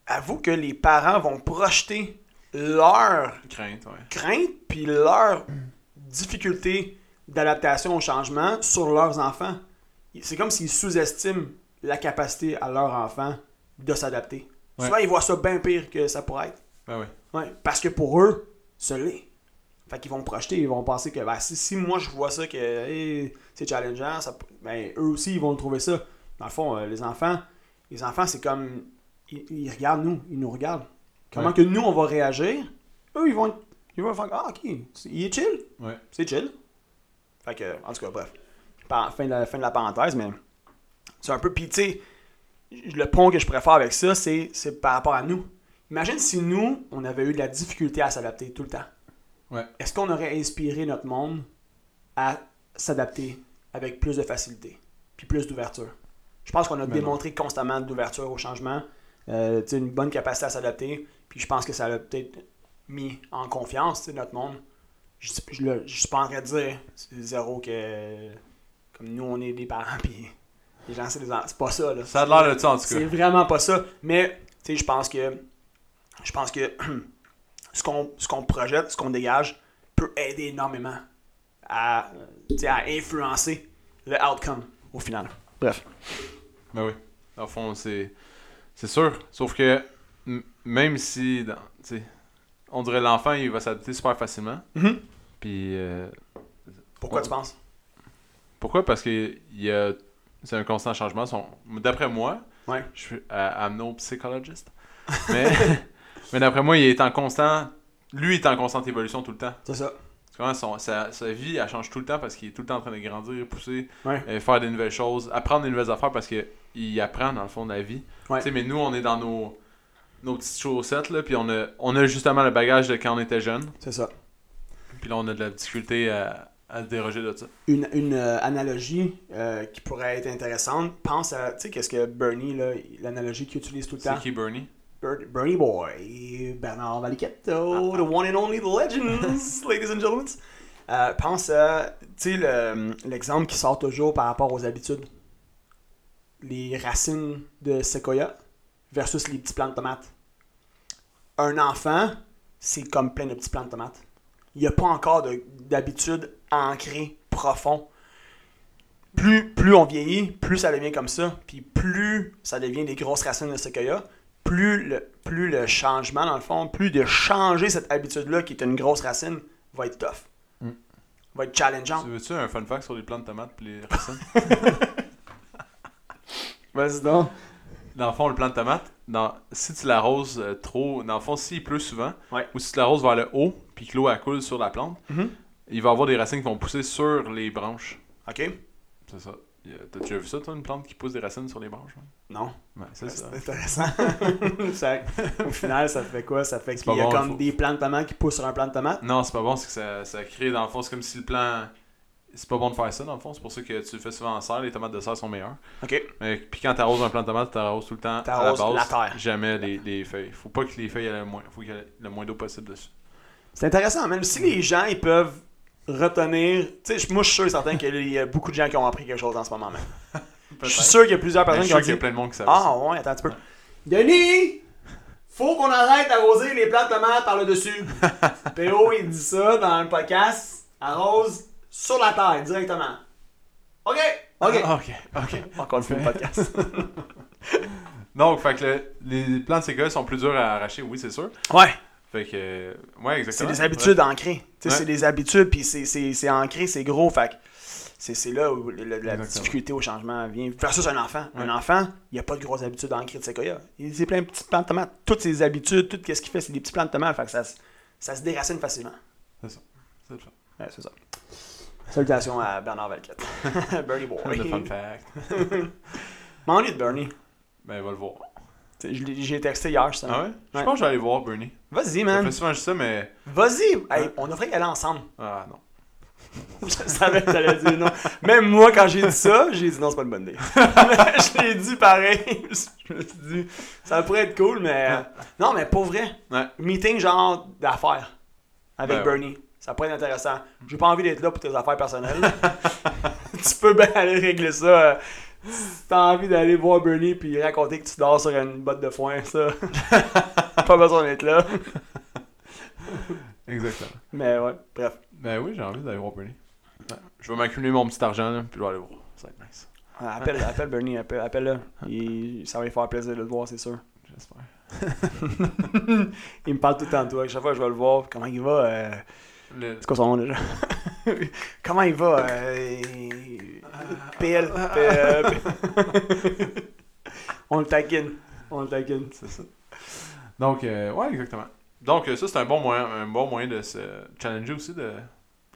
Speaker 2: avoue que les parents vont projeter leur
Speaker 1: Crainte, ouais.
Speaker 2: crainte puis leur difficulté d'adaptation au changement sur leurs enfants. C'est comme s'ils sous-estiment la capacité à leur enfant de s'adapter.
Speaker 1: Ouais.
Speaker 2: Souvent, ils voient ça bien pire que ça pourrait être.
Speaker 1: Ben oui.
Speaker 2: Ouais, parce que pour eux, ça l'est. Fait qu'ils vont projeter, ils vont penser que ben, si, si moi je vois ça, que hey, c'est challengeant, ça, ben, eux aussi ils vont le trouver ça. Dans le fond, euh, les enfants, les enfants c'est comme, ils, ils regardent nous, ils nous regardent. Comment
Speaker 1: Ouais.
Speaker 2: que nous on va réagir, eux ils vont, être- ils vont faire ah ok, c'est- il est chill,
Speaker 1: Ouais.
Speaker 2: c'est chill. Fait que, en tout cas, bref, Par- fin de la, fin de la parenthèse, mais c'est un peu, puis tu sais, le pont que je préfère avec ça, c'est c'est par rapport à nous. Imagine si nous, on avait eu de la difficulté à s'adapter tout le temps.
Speaker 1: Ouais.
Speaker 2: Est-ce qu'on aurait inspiré notre monde à s'adapter avec plus de facilité, puis plus d'ouverture? Je pense qu'on a
Speaker 1: Mais
Speaker 2: démontré constamment d'ouverture au changement, euh, tu sais, une bonne capacité à s'adapter, puis je pense que ça l'a peut-être mis en confiance tu sais, notre monde. Je ne je, le- je suis pas en train de dire, c'est zéro que, comme nous, on est des parents, puis les gens, c'est des en- c'est pas ça. là.
Speaker 1: Ça a l'air de ça en tout
Speaker 2: C'est
Speaker 1: cas.
Speaker 2: vraiment pas ça. Mais, tu sais, je pense que. Je pense que ce qu'on ce qu'on projette, ce qu'on dégage, peut aider énormément à, euh, tu sais, à influencer le outcome au final. Bref.
Speaker 1: Ben oui. Dans le fond, c'est. C'est sûr. Sauf que m- même si dans- tu sais, on dirait l'enfant il va s'adapter super facilement.
Speaker 2: Mm-hmm.
Speaker 1: Puis euh,
Speaker 2: Pourquoi
Speaker 1: Ouais.
Speaker 2: tu penses
Speaker 1: pourquoi? Parce que il y a c'est un constant changement. Son- D'après moi,
Speaker 2: Ouais.
Speaker 1: je suis à I'm no psychologist. Mais, mais d'après moi, il est en constant. Lui est en constante évolution tout le temps.
Speaker 2: C'est ça.
Speaker 1: Tu comprends? Son- sa, sa vie, elle change tout le temps parce qu'il est tout le temps en train de grandir, pousser,
Speaker 2: Ouais.
Speaker 1: euh, faire des nouvelles choses, apprendre des nouvelles affaires parce qu'il apprend dans le fond de la vie.
Speaker 2: Ouais.
Speaker 1: Tu sais, Mais nous, on est dans nos, nos petites chaussettes, là, puis on a, on a justement le bagage de quand on était jeune,
Speaker 2: C'est ça.
Speaker 1: puis là, on a de la difficulté à, à se déroger de ça.
Speaker 2: Une, une, euh, analogie euh, qui pourrait être intéressante, pense à, tu sais, qu'est-ce que Bernie, là, l'analogie qu'il utilise tout le temps
Speaker 1: C'est qui Bernie
Speaker 2: Ber- Bernie Boy, Bernard Valiquetto, the one and only the legends, ladies and gentlemen. Euh, pense à, tu sais, le- l'exemple qui sort toujours par rapport aux habitudes. Les racines de séquoia versus les petits plants de tomates. Un enfant, c'est comme plein de petits plants de tomates. Il n'y a pas encore de- d'habitude ancrée, profond. Plus, plus on vieillit, plus ça devient comme ça, puis plus ça devient des grosses racines de séquoia, plus le, plus le changement, dans le fond, plus de changer cette habitude-là, qui est une grosse racine, va être tough.
Speaker 1: Mm.
Speaker 2: Va être challengeant.
Speaker 1: Tu veux-tu un fun fact sur les plants de tomates et les racines
Speaker 2: Vas-y donc.
Speaker 1: Dans le fond, le plant de tomate, dans, si tu l'arroses euh, trop, dans le fond, s'il pleut souvent,
Speaker 2: Ouais.
Speaker 1: ou si tu l'arroses vers le haut, puis que l'eau elle coule sur la plante,
Speaker 2: Mhm.
Speaker 1: il va avoir des racines qui vont pousser sur les branches.
Speaker 2: OK?
Speaker 1: C'est ça. Il y a- T'as déjà vu ça, toi, une plante qui pousse des racines sur les branches? hein?
Speaker 2: Non.
Speaker 1: Ouais, c'est
Speaker 2: C'est
Speaker 1: ça.
Speaker 2: intéressant. Ça- au final, ça fait quoi? Ça fait
Speaker 1: C'est
Speaker 2: qu'il
Speaker 1: pas
Speaker 2: y a
Speaker 1: bon,
Speaker 2: comme
Speaker 1: faut-
Speaker 2: des plants de tomates qui poussent sur un plant de tomate.
Speaker 1: Non, c'est pas bon, c'est que ça, ça crée, dans le fond, c'est comme si le plant. C'est pas bon de faire ça, dans le fond. C'est pour ça que tu le fais souvent en serre, les tomates de serre sont meilleures.
Speaker 2: OK.
Speaker 1: Mais Euh, puis quand t'arroses un plant de tomate, t'arroses tout le temps à la
Speaker 2: T'arroses
Speaker 1: base.
Speaker 2: la terre.
Speaker 1: Jamais les, les feuilles. Faut pas que les feuilles aient le moins, faut qu'il y ait le moins d'eau possible dessus.
Speaker 2: C'est intéressant, même si les gens, ils peuvent retenir... Tu sais, moi, je suis sûr et certain qu'il y a beaucoup de gens qui ont appris quelque chose en ce moment même. Je suis sûr qu'il y a plusieurs
Speaker 1: Mais
Speaker 2: personnes
Speaker 1: Ben, je
Speaker 2: qui
Speaker 1: suis sûr qu'il y
Speaker 2: ont dit...
Speaker 1: a plein de monde qui savent
Speaker 2: Ah ouais, attends un petit peu. Denis! Faut qu'on arrête d'arroser les plants de tomates par le dessus. PO, il dit ça dans le podcast. Arrose sur la terre directement. OK! OK!
Speaker 1: Ah, ok, ok.
Speaker 2: Encore une fois, le podcast.
Speaker 1: Donc, fait que le- les plants de séquoia sont plus durs à arracher, oui, c'est sûr.
Speaker 2: ouais.
Speaker 1: Fait que, euh, ouais,
Speaker 2: C'est
Speaker 1: exactement.
Speaker 2: des habitudes ancrées. Tu sais,
Speaker 1: Ouais.
Speaker 2: C'est des habitudes, puis c'est- c'est c'est ancré, c'est gros. Fait que C'est c'est là où le- le- la
Speaker 1: Exactement.
Speaker 2: difficulté au changement vient. Versus un enfant. Un enfant, il n'a pas de grosses habitudes dans le cri de séquoia. Il c'est plein de petits plants de tomates. Toutes ses habitudes, tout ce qu'il fait, c'est des petits plants de tomates. Fait que ça, se- ça se déracine facilement.
Speaker 1: C'est le fun.
Speaker 2: Ouais, c'est ça. Salutations à Bernard Valquette. Bernie Boy.
Speaker 1: Le fun fact.
Speaker 2: M'en est de Bernie.
Speaker 1: Ben, va le voir.
Speaker 2: T'sais, Je l'ai j'ai texté hier, justement.
Speaker 1: Ah ouais? Je pense que j'allais voir Bernie.
Speaker 2: Vas-y,
Speaker 1: Je
Speaker 2: man.
Speaker 1: fais souvent juste ça, mais.
Speaker 2: Vas-y. Hey,
Speaker 1: Ouais.
Speaker 2: On devrait y aller ensemble.
Speaker 1: Ah non.
Speaker 2: Je savais que t'allais dire non. Même moi, quand j'ai dit ça, j'ai dit non, c'est pas une bonne idée. je l'ai dit pareil. Je me suis dit, ça pourrait être cool, mais. euh, Non, mais pour vrai.
Speaker 1: Ouais.
Speaker 2: Meeting genre d'affaires
Speaker 1: Ben
Speaker 2: avec
Speaker 1: ouais.
Speaker 2: Bernie. Ça pourrait être intéressant. J'ai pas envie d'être là pour tes affaires personnelles. tu peux bien aller régler ça. euh, Si t'as envie d'aller voir Bernie puis raconter que tu dors sur une botte de foin, ça. pas besoin d'être là.
Speaker 1: Exactement.
Speaker 2: Mais ouais, bref.
Speaker 1: Ben oui, j'ai envie d'aller voir Bernie. Ouais. Je vais m'accumuler mon petit argent, là, puis je vais aller voir. Ça va être nice.
Speaker 2: Ah, Appelle, appelle Bernie, appelle, appelle-le. Il- Ça va lui faire plaisir de le voir, c'est sûr.
Speaker 1: J'espère.
Speaker 2: il me parle tout le temps de toi. Chaque fois que je vais le voir, comment il va euh,
Speaker 1: Le-
Speaker 2: C'est quoi son nom déjà Comment il va euh, PL. PL. On le taquine. On le taquine.
Speaker 1: C'est ça. Donc, euh, ouais, exactement. Donc, euh, ça, c'est un bon moyen, un bon moyen de se challenger aussi de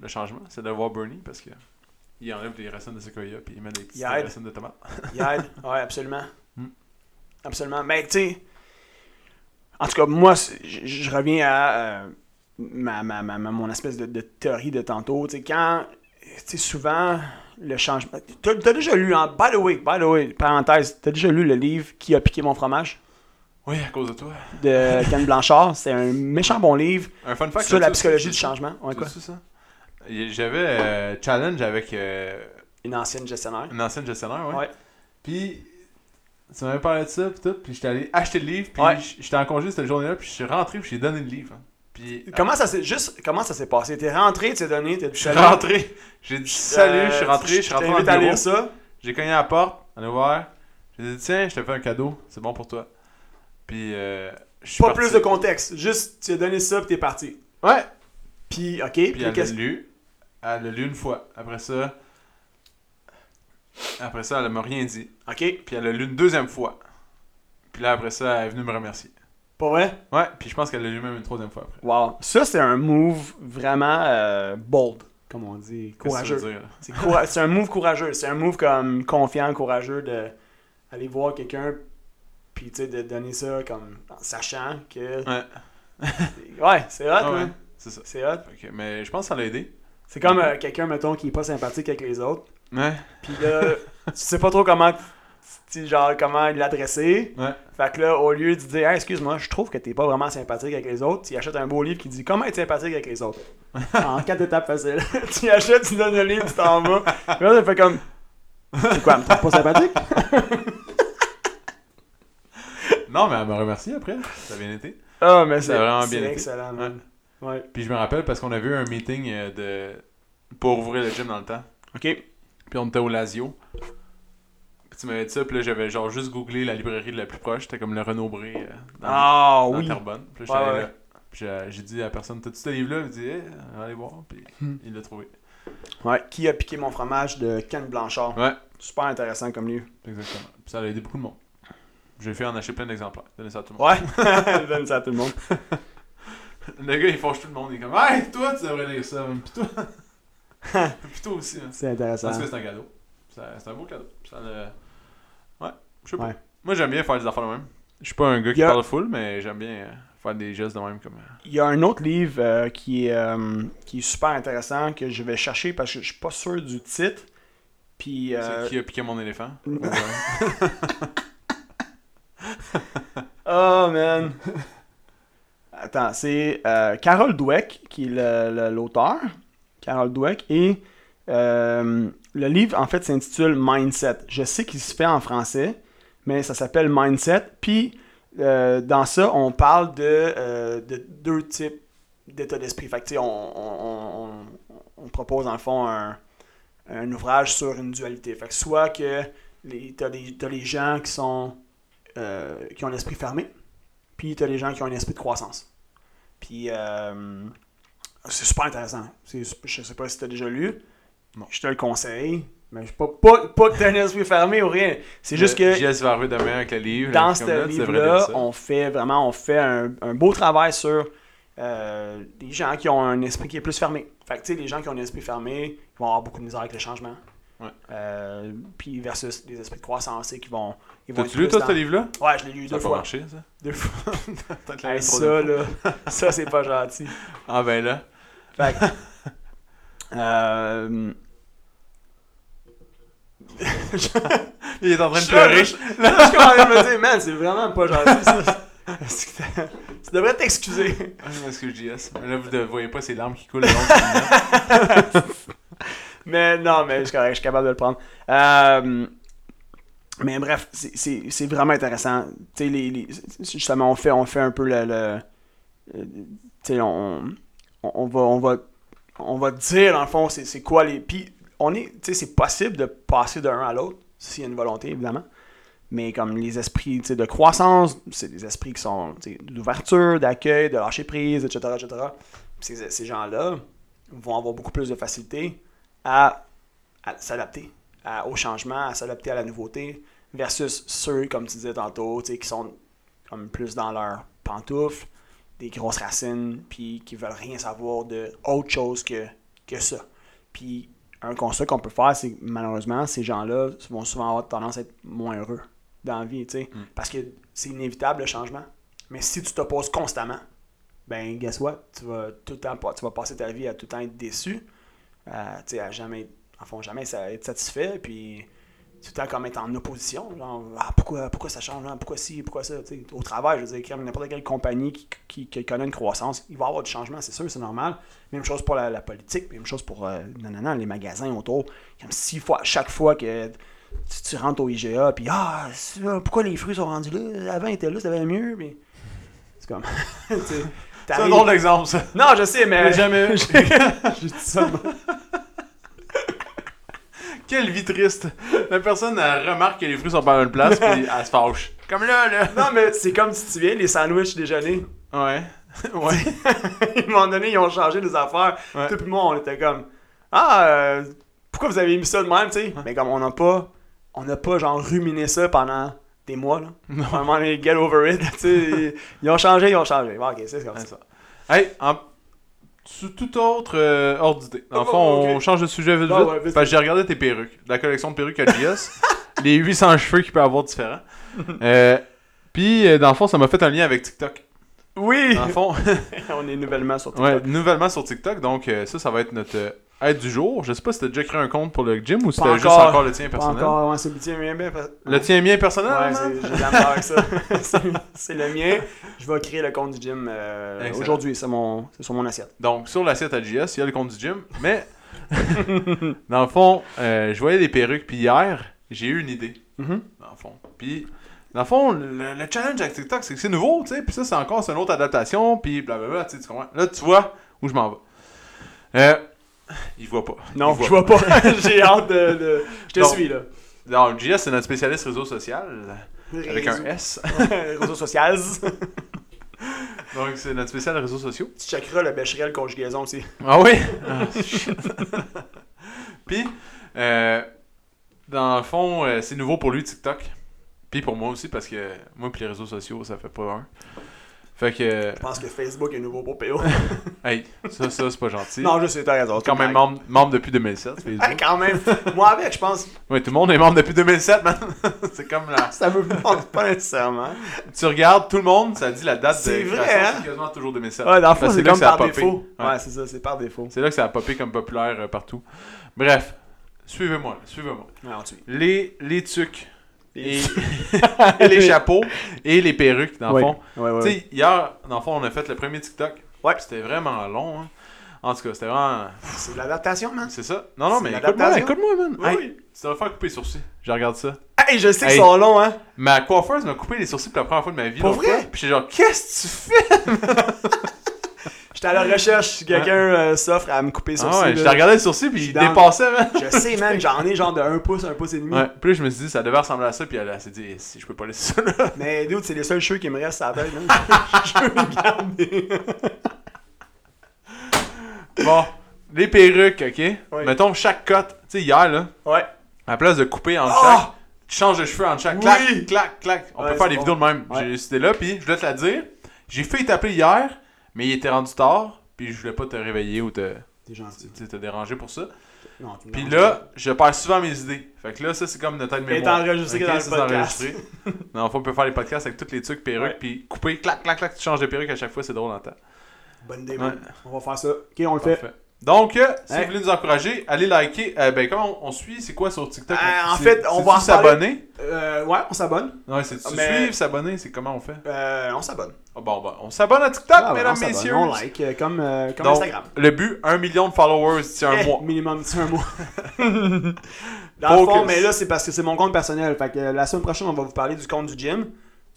Speaker 1: le changement. C'est de voir Bernie parce que il enlève des racines de séquoia puis il met des petites
Speaker 2: Il aide.
Speaker 1: racines de tomates.
Speaker 2: Il aide. Ouais, absolument.
Speaker 1: Mm.
Speaker 2: Absolument. Mais tu sais, en tout cas, moi, c'est- je je reviens à euh, ma, ma- ma- ma- mon espèce de, de théorie de tantôt. Tu sais, quand, tu sais, souvent, le changement. T'as t'as déjà lu, en by the way, by the way, parenthèse, t'as déjà lu le livre Qui a piqué mon fromage
Speaker 1: Oui, à cause de toi.
Speaker 2: de Ken Blanchard. C'est un méchant bon livre
Speaker 1: Un fun fact
Speaker 2: sur la
Speaker 1: là-dessus,
Speaker 2: psychologie
Speaker 1: c'est-
Speaker 2: du changement. Ouais,
Speaker 1: c'est
Speaker 2: quoi?
Speaker 1: ça, ça? Il- J'avais euh, challenge avec euh,
Speaker 2: Une ancienne gestionnaire.
Speaker 1: une ancienne gestionnaire, ouais.
Speaker 2: Ouais.
Speaker 1: Puis tu m'avais parlé de ça, puis tout, puis j'étais allé acheter le livre, puis
Speaker 2: Ouais.
Speaker 1: j- j'étais en congé cette journée-là, puis je suis rentré, puis j'ai donné le livre. hein. Puis
Speaker 2: Comment ça s'est juste comment ça s'est passé? T'es rentré, t'es donné, t'es
Speaker 1: je suis rentré, j'ai dit salut, je suis
Speaker 2: Euh,
Speaker 1: rentré, je suis rentré dans le
Speaker 2: t'invite à
Speaker 1: bureau.
Speaker 2: lire ça.
Speaker 1: J'ai cogné à la porte, on a ouvert. J'ai dit, tiens, je te fais un cadeau, c'est bon pour toi. Puis, euh, je suis
Speaker 2: Pas
Speaker 1: parti.
Speaker 2: plus de contexte, juste tu as donné ça puis t'es parti.
Speaker 1: Ouais.
Speaker 2: Puis ok,
Speaker 1: Puis,
Speaker 2: puis
Speaker 1: elle l'a
Speaker 2: qu'est-ce
Speaker 1: lu. Elle l'a lu une fois. Après ça, après ça, elle m'a rien dit.
Speaker 2: Ok,
Speaker 1: Puis, elle l'a lu une deuxième fois. Puis là, après ça, elle est venue me remercier.
Speaker 2: pas vrai?
Speaker 1: Ouais, puis je pense qu'elle l'a lu même une troisième fois après.
Speaker 2: Wow, ça c'est un move vraiment euh, bold, comme on dit,
Speaker 1: Qu'est-ce que tu veux
Speaker 2: courageux.
Speaker 1: dire, là?
Speaker 2: C'est coura- c'est un move courageux, c'est un move comme confiant, courageux de aller voir quelqu'un puis tu sais de donner ça comme en sachant que
Speaker 1: Ouais.
Speaker 2: ouais, c'est hot,
Speaker 1: Ah ouais,
Speaker 2: hein?
Speaker 1: c'est ça.
Speaker 2: c'est hot.
Speaker 1: Fait que- mais je pense que ça l'a aidé.
Speaker 2: C'est comme euh, quelqu'un mettons qui est pas sympathique avec les autres.
Speaker 1: Ouais.
Speaker 2: Puis là, tu sais pas trop comment, tu- genre, comment l'adresser.
Speaker 1: Ouais.
Speaker 2: Fait que là, au lieu de dire, Hey, excuse-moi, je trouve que t'es pas vraiment sympathique avec les autres, tu achètes un beau livre qui dit comment être sympathique avec les autres. en quatre étapes faciles. tu achètes, tu donnes le livre, tu t'en vas. Puis là, ça fait comme, c'est quoi, elle me trouve pas sympathique?
Speaker 1: Non, mais elle m'a remercié après. Ça a bien été.
Speaker 2: Ah, mais
Speaker 1: Ça
Speaker 2: c'est
Speaker 1: a vraiment
Speaker 2: c'est
Speaker 1: bien été.
Speaker 2: excellent, man. Ouais.
Speaker 1: Puis je me rappelle parce qu'on avait eu un meeting euh, de... pour ouvrir le gym dans le temps.
Speaker 2: Ok.
Speaker 1: Puis on était au Lazio. Puis tu m'avais dit ça, puis là j'avais genre juste googlé la librairie de la plus proche, c'était comme le Renaud-Bré euh, dans,
Speaker 2: Ah,
Speaker 1: dans
Speaker 2: oui.
Speaker 1: Terrebonne. Puis là, j'étais
Speaker 2: Ouais,
Speaker 1: allé
Speaker 2: ouais.
Speaker 1: là. Puis j'ai- j'ai dit à la personne, t'as-tu ce livre-là? Il me dit, Eh, on va aller voir. Puis
Speaker 2: Hmm.
Speaker 1: il l'a trouvé.
Speaker 2: Ouais. Qui a piqué mon fromage de Ken Blanchard.
Speaker 1: Ouais.
Speaker 2: Super intéressant comme livre.
Speaker 1: Exactement. Puis ça a aidé beaucoup de monde. J'ai fait en acheter plein d'exemplaires. Donnez ça à tout le monde.
Speaker 2: Ouais. Donne ça à tout le monde.
Speaker 1: Le gars, il fâche tout le monde. Il est comme, hey, toi, tu devrais lire ça. Puis toi. Puis toi aussi. Hein.
Speaker 2: C'est intéressant.
Speaker 1: Parce que c'est un cadeau. Ça- C'est un beau cadeau. Ça le- Ouais, je sais pas.
Speaker 2: Ouais.
Speaker 1: Moi, j'aime bien faire des affaires de même. Je suis pas un gars qui
Speaker 2: Y'a-
Speaker 1: parle full, mais j'aime bien euh, faire des gestes de même comme. euh,
Speaker 2: Il y a un autre livre euh, qui, est, euh, qui est super intéressant que je vais chercher parce que je suis pas sûr du titre. Puis euh,
Speaker 1: C'est qui a piqué mon éléphant
Speaker 2: Mm.
Speaker 1: Ou, euh,
Speaker 2: oh man. Attends, c'est euh, Carol Dweck qui est le- le- l'auteur. Carol Dweck et euh, le livre en fait s'intitule Mindset. Je sais qu'il se fait en français, mais ça s'appelle Mindset. Puis euh, dans ça, on parle de, euh, de deux types d'état d'esprit. Fait que, tu sais, on, on- on- on propose dans le fond un, un ouvrage sur une dualité. Fait que soit que les, t'as des- t'as les gens qui sont euh, qui ont l'esprit fermé, puis t'as les gens qui ont un esprit de croissance. Puis euh, c'est super intéressant. C'est- Je sais pas si t'as déjà lu.
Speaker 1: Non.
Speaker 2: Je te le conseille. Mais je pas, pas, pas que Daniel soit fermé ou rien. C'est juste que
Speaker 1: JS va arriver demain avec le livre. la
Speaker 2: dans
Speaker 1: petite
Speaker 2: ce
Speaker 1: omelette, tu devrais lire
Speaker 2: livre-là,
Speaker 1: ça.
Speaker 2: on fait vraiment on fait un, un beau travail sur euh, des gens qui ont un esprit qui est plus fermé. Fait que, tu sais, les gens qui ont un esprit fermé ils vont avoir beaucoup de misère avec le changement.
Speaker 1: Ouais.
Speaker 2: Euh, puis versus des esprits de croissance et qui vont. ils vont
Speaker 1: T'as-tu
Speaker 2: être
Speaker 1: lu,
Speaker 2: plus
Speaker 1: toi,
Speaker 2: dans-
Speaker 1: ce livre-là
Speaker 2: Ouais, je l'ai lu
Speaker 1: Ça
Speaker 2: deux
Speaker 1: n'a pas
Speaker 2: fois.
Speaker 1: marché, ça.
Speaker 2: Deux fois.
Speaker 1: Peut-être la
Speaker 2: Hey, ça,
Speaker 1: troisième fois.
Speaker 2: là, ça, c'est pas gentil.
Speaker 1: Ah, ben là.
Speaker 2: Fait que- Euh,
Speaker 1: Il est en train de
Speaker 2: Je-
Speaker 1: pleurer.
Speaker 2: je- Là, je commence à me dire, man, c'est vraiment pas gentil. ça. Est-ce que t'as- tu devrais t'excuser.
Speaker 1: Ah, je m'excuse, JS. Mais Là, vous ne voyez pas ces larmes qui coulent le long de son visage.
Speaker 2: Mais non, mais je suis correct, je suis capable de le prendre. Euh, mais bref, c'est- c'est c'est vraiment intéressant. Tu sais, les, les- justement, on fait, on fait un peu le. le- le- tu sais, on, on, on va, on, va, on va dire, dans le fond, c'est c'est quoi les. Puis, on est. Tu sais, c'est possible de passer d'un à l'autre, s'il y a une volonté, évidemment. Mais comme les esprits tu sais, de croissance, c'est des esprits qui sont tu sais, d'ouverture, d'accueil, de lâcher prise, etc. etc. Puis Ces, ces gens-là vont avoir beaucoup plus de facilité à, à s'adapter à- au changement, à s'adapter à la nouveauté, versus ceux, comme tu disais tantôt, tu sais, qui sont comme plus dans leurs pantoufles, des grosses racines, puis qui veulent rien savoir de autre chose que, que ça. Puis un constat qu'on peut faire, c'est que malheureusement, ces gens-là vont souvent avoir tendance à être moins heureux dans la vie, tu sais, parce que c'est inévitable le changement. Mais si tu t'opposes constamment, ben guess what, tu vas tout le temps pas- tu vas passer ta vie à tout le temps être déçu, à, Euh, tu sais, à jamais, en fond, jamais ça- être satisfait, puis tout le temps comme être en opposition, genre, Ah, pourquoi, pourquoi ça change, hein? pourquoi ci, pourquoi ça, tu sais. au travail, je veux dire, crème, n'importe quelle compagnie qui, qui- qui connaît une croissance, il va y avoir du changement, c'est sûr, c'est normal, même chose pour la, la politique, même chose pour, euh, nanana, les magasins autour, comme six fois, chaque fois que tu, tu rentres au IGA, puis ah, ça, pourquoi les fruits sont rendus là, avant ils étaient là, ça va mieux, puis c'est comme, tu sais,
Speaker 1: C'est un
Speaker 2: t'arrives-
Speaker 1: drôle d'exemple, ça.
Speaker 2: non, je sais, mais.
Speaker 1: J'ai jamais-
Speaker 2: Ben Euh, J'ai dit ça.
Speaker 1: Quelle vie triste. La personne elle remarque que les fruits sont pas à la bonne place, puis elle se fâche. Comme là, là.
Speaker 2: Non, mais c'est comme si tu viens, les sandwichs déjeuner.
Speaker 1: Ouais. Ouais.
Speaker 2: à un moment donné, ils ont changé les affaires.
Speaker 1: Ouais.
Speaker 2: Tout le monde, on était comme Ah, euh, pourquoi vous avez mis ça de même, tu sais Mais comme on n'a pas, on n'a pas genre ruminé ça pendant des mois, là. À un moment donné, get over it, tu sais. Ils- Ils ont changé, ils ont changé. Bon, ok, c'est comme
Speaker 1: Ouais,
Speaker 2: ça.
Speaker 1: ça. Hey, en... sous tout autre euh, ordre d'idée. Dans le
Speaker 2: Oh,
Speaker 1: fond,
Speaker 2: ok.
Speaker 1: on change de sujet vite,
Speaker 2: Ah,
Speaker 1: vite.
Speaker 2: ouais, vite,
Speaker 1: Parce que j'ai regardé tes perruques. La collection de perruques à JS. les 800 cheveux qu'il peut avoir différents. Euh, Puis, euh, dans le fond, ça m'a fait un lien avec TikTok.
Speaker 2: Oui
Speaker 1: Dans le fond,
Speaker 2: On est nouvellement sur
Speaker 1: ouais,
Speaker 2: TikTok.
Speaker 1: nouvellement sur TikTok, donc euh, ça, ça va être notre euh, aide du jour. Je sais pas si t'as déjà créé un compte pour le gym ou si
Speaker 2: Pas
Speaker 1: t'as juste
Speaker 2: encore.
Speaker 1: encore le tien
Speaker 2: Pas
Speaker 1: personnel.
Speaker 2: encore, ouais, c'est bien, bien, bien. parce-
Speaker 1: Le Ah, tien mien personnel? hein,
Speaker 2: Ouais,
Speaker 1: man?
Speaker 2: c'est- j'ai de la misère avec ça. C'est- c'est le mien. Je vais créer le compte du gym euh,
Speaker 1: Excellent.
Speaker 2: aujourd'hui. C'est mon, c'est sur mon assiette.
Speaker 1: Donc, sur l'assiette à JS, il y a le compte du gym, mais dans le fond, euh, je voyais des perruques, puis hier, j'ai eu une idée, dans le fond. Puis, dans le fond, le, le challenge avec TikTok, c'est que c'est nouveau, tu sais, puis ça, c'est encore c'est une autre adaptation, puis blablabla, tu sais, tu comprends. Là, tu vois où je m'en vais. Euh, il voit pas.
Speaker 2: Non,
Speaker 1: Il voit
Speaker 2: je vois pas. j'ai hâte de, de- Je te
Speaker 1: Non.
Speaker 2: suis, là.
Speaker 1: Non, JS, c'est notre spécialiste réseau social, avec un
Speaker 2: Réseau-
Speaker 1: S.
Speaker 2: Réseaux sociaux.
Speaker 1: Donc, c'est notre spécial réseaux sociaux.
Speaker 2: tu checkeras le bécherel conjugaison aussi.
Speaker 1: Ah oui? Ah, shit. Puis, euh, dans le fond, euh, c'est nouveau pour lui TikTok. Puis pour moi aussi, parce que moi puis les réseaux sociaux, ça fait pas un. Fait que,
Speaker 2: Je pense que Facebook est nouveau pour PO.
Speaker 1: hey, ça, ça c'est pas gentil.
Speaker 2: non, je sais, t'as raison.
Speaker 1: quand même membre, membre depuis 2007, Facebook.
Speaker 2: Hey, quand même. Moi avec, je pense.
Speaker 1: Ouais, tout le monde est membre depuis 2007, man. c'est comme là.
Speaker 2: Ça me pense pas nécessairement.
Speaker 1: Tu regardes tout le monde, ça dit la date
Speaker 2: C'est
Speaker 1: de
Speaker 2: vrai,
Speaker 1: création,
Speaker 2: hein?
Speaker 1: c'est quasiment toujours 2007.
Speaker 2: Ouais, dans le
Speaker 1: Parce
Speaker 2: fond,
Speaker 1: que
Speaker 2: c'est
Speaker 1: là
Speaker 2: comme
Speaker 1: Ben, que ça a
Speaker 2: par
Speaker 1: popé.
Speaker 2: défaut.
Speaker 1: Ouais.
Speaker 2: Ouais, c'est ça, c'est par défaut.
Speaker 1: C'est là que ça a popé comme populaire euh, partout. Bref, suivez-moi, là, suivez-moi.
Speaker 2: Alors, tu...
Speaker 1: Les, les tucs. et,
Speaker 2: Oui.
Speaker 1: et les chapeaux et les perruques, dans le
Speaker 2: Ouais.
Speaker 1: fond.
Speaker 2: Ouais, ouais,
Speaker 1: Tu
Speaker 2: ouais.
Speaker 1: sais, hier, dans le fond, on a fait le premier TikTok.
Speaker 2: Ouais.
Speaker 1: C'était vraiment long. hein. En tout cas, c'était vraiment.
Speaker 2: C'est de l'adaptation, man.
Speaker 1: C'est ça? Non, non,
Speaker 2: C'est
Speaker 1: mais écoute-moi,
Speaker 2: l'adaptation.
Speaker 1: écoute-moi, man.
Speaker 2: Oui,
Speaker 1: Hey,
Speaker 2: oui.
Speaker 1: Ça va faire couper les sourcils. Je regarde ça.
Speaker 2: Hey, je sais
Speaker 1: Hey.
Speaker 2: qu'ils sont longs, hein.
Speaker 1: Ma coiffeuse m'a coupé les sourcils pour la première fois de ma vie.
Speaker 2: Pour
Speaker 1: l'autre
Speaker 2: vrai?
Speaker 1: fois. Puis j'étais genre, qu'est-ce que tu fais?
Speaker 2: J'étais à la recherche si quelqu'un euh, s'offre à me couper sur
Speaker 1: Ah ouais,
Speaker 2: ce,
Speaker 1: je
Speaker 2: là.
Speaker 1: regardé les sourcils, puis ils
Speaker 2: dans-
Speaker 1: dépassaient, man.
Speaker 2: Je sais, man, j'en ai genre de 1 pouce, 1 pouce et demi.
Speaker 1: Ouais, puis là, je me suis dit, ça devait ressembler à ça, puis elle, elle s'est dit, Eh, si je peux pas laisser ça là.
Speaker 2: Mais dude, c'est les seuls cheveux qui me restent à la tête. man. je veux les garder.
Speaker 1: Bon, Les perruques, ok?
Speaker 2: Oui.
Speaker 1: Mettons chaque cote. Tu sais, hier, là,
Speaker 2: Ouais.
Speaker 1: à la place de couper en chaque,
Speaker 2: Ah!
Speaker 1: tu changes de cheveux en chaque.
Speaker 2: Oui!
Speaker 1: Clac, clac, clac. On
Speaker 2: Ouais,
Speaker 1: peut faire
Speaker 2: c'est
Speaker 1: des
Speaker 2: bon.
Speaker 1: vidéos de même.
Speaker 2: Ouais.
Speaker 1: J'ai C'était là, puis je voulais te la dire. J'ai failli t'appeler hier, mais il était rendu tard, puis je voulais pas te réveiller ou te,
Speaker 2: T'es gentil.
Speaker 1: tu sais, te déranger pour ça.
Speaker 2: Non, tu me
Speaker 1: Puis
Speaker 2: déranges
Speaker 1: là, je perds souvent mes idées. Fait que là, ça, c'est comme notre aide
Speaker 2: Elle est
Speaker 1: mémoire.
Speaker 2: enregistrée
Speaker 1: Ok,
Speaker 2: dans le
Speaker 1: ça,
Speaker 2: podcast.
Speaker 1: c'est enregistré. non, on peut faire les podcasts avec toutes les trucs, perruques,
Speaker 2: Ouais.
Speaker 1: puis couper, clac, clac, clac, tu changes de perruque à chaque fois, c'est drôle en temps.
Speaker 2: pas. Bonne idée,
Speaker 1: Ouais.
Speaker 2: man. On va faire ça. Ok, on le fait.
Speaker 1: Parfait. Donc, euh, si
Speaker 2: Ouais.
Speaker 1: vous voulez nous encourager, allez liker. Euh, ben, comment on, on suit C'est quoi sur TikTok
Speaker 2: Euh, en
Speaker 1: C'est-
Speaker 2: fait, on
Speaker 1: c'est-tu
Speaker 2: va en
Speaker 1: s'abonner.
Speaker 2: Euh, ouais, on s'abonne.
Speaker 1: Ouais, c'est tu
Speaker 2: Mais-
Speaker 1: suivre, s'abonner, c'est comment on fait
Speaker 2: Euh, on s'abonne.
Speaker 1: Ah, Bon, ben, on s'abonne à TikTok,
Speaker 2: Ah ouais,
Speaker 1: mesdames,
Speaker 2: on s'abonne,
Speaker 1: messieurs.
Speaker 2: On like, euh, comme, euh, comme
Speaker 1: Donc,
Speaker 2: Instagram.
Speaker 1: Le but, un million de followers d'ici un
Speaker 2: Eh,
Speaker 1: mois.
Speaker 2: Minimum, c'est un mois. Dans le fond,
Speaker 1: Focus.
Speaker 2: mais là, c'est parce que c'est mon compte personnel. Fait que euh, la semaine prochaine, on va vous parler du compte du gym.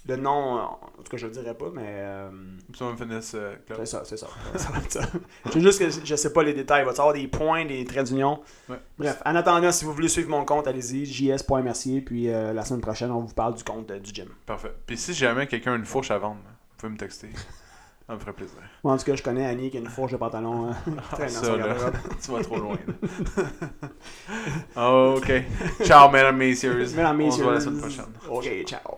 Speaker 2: Le nom, euh, en tout cas, je le dirai pas, mais euh,
Speaker 1: Puis on finisse, euh, Claude.
Speaker 2: c'est ça, c'est ça. ça va être ça. C'est juste que je sais pas les détails. Il va y avoir des points, des traits d'union.
Speaker 1: Ouais.
Speaker 2: Bref, en attendant, si vous voulez suivre mon compte, allez-y, js.mercier. Puis euh, la semaine prochaine, on vous parle du compte euh, du gym.
Speaker 1: Parfait. Puis si jamais quelqu'un a une fourche à vendre, hein, vous pouvez me texter. ça me ferait plaisir.
Speaker 2: Moi, en tout cas, je connais Annie qui a une fourche de pantalon. euh, traîne dans
Speaker 1: ça,
Speaker 2: son
Speaker 1: là.
Speaker 2: garde-robe.
Speaker 1: tu vas trop loin. là. ok. Ciao, mesdames, messieurs.
Speaker 2: Mesdames,
Speaker 1: On se voit la
Speaker 2: messieurs.
Speaker 1: semaine prochaine.
Speaker 2: Ok, ciao.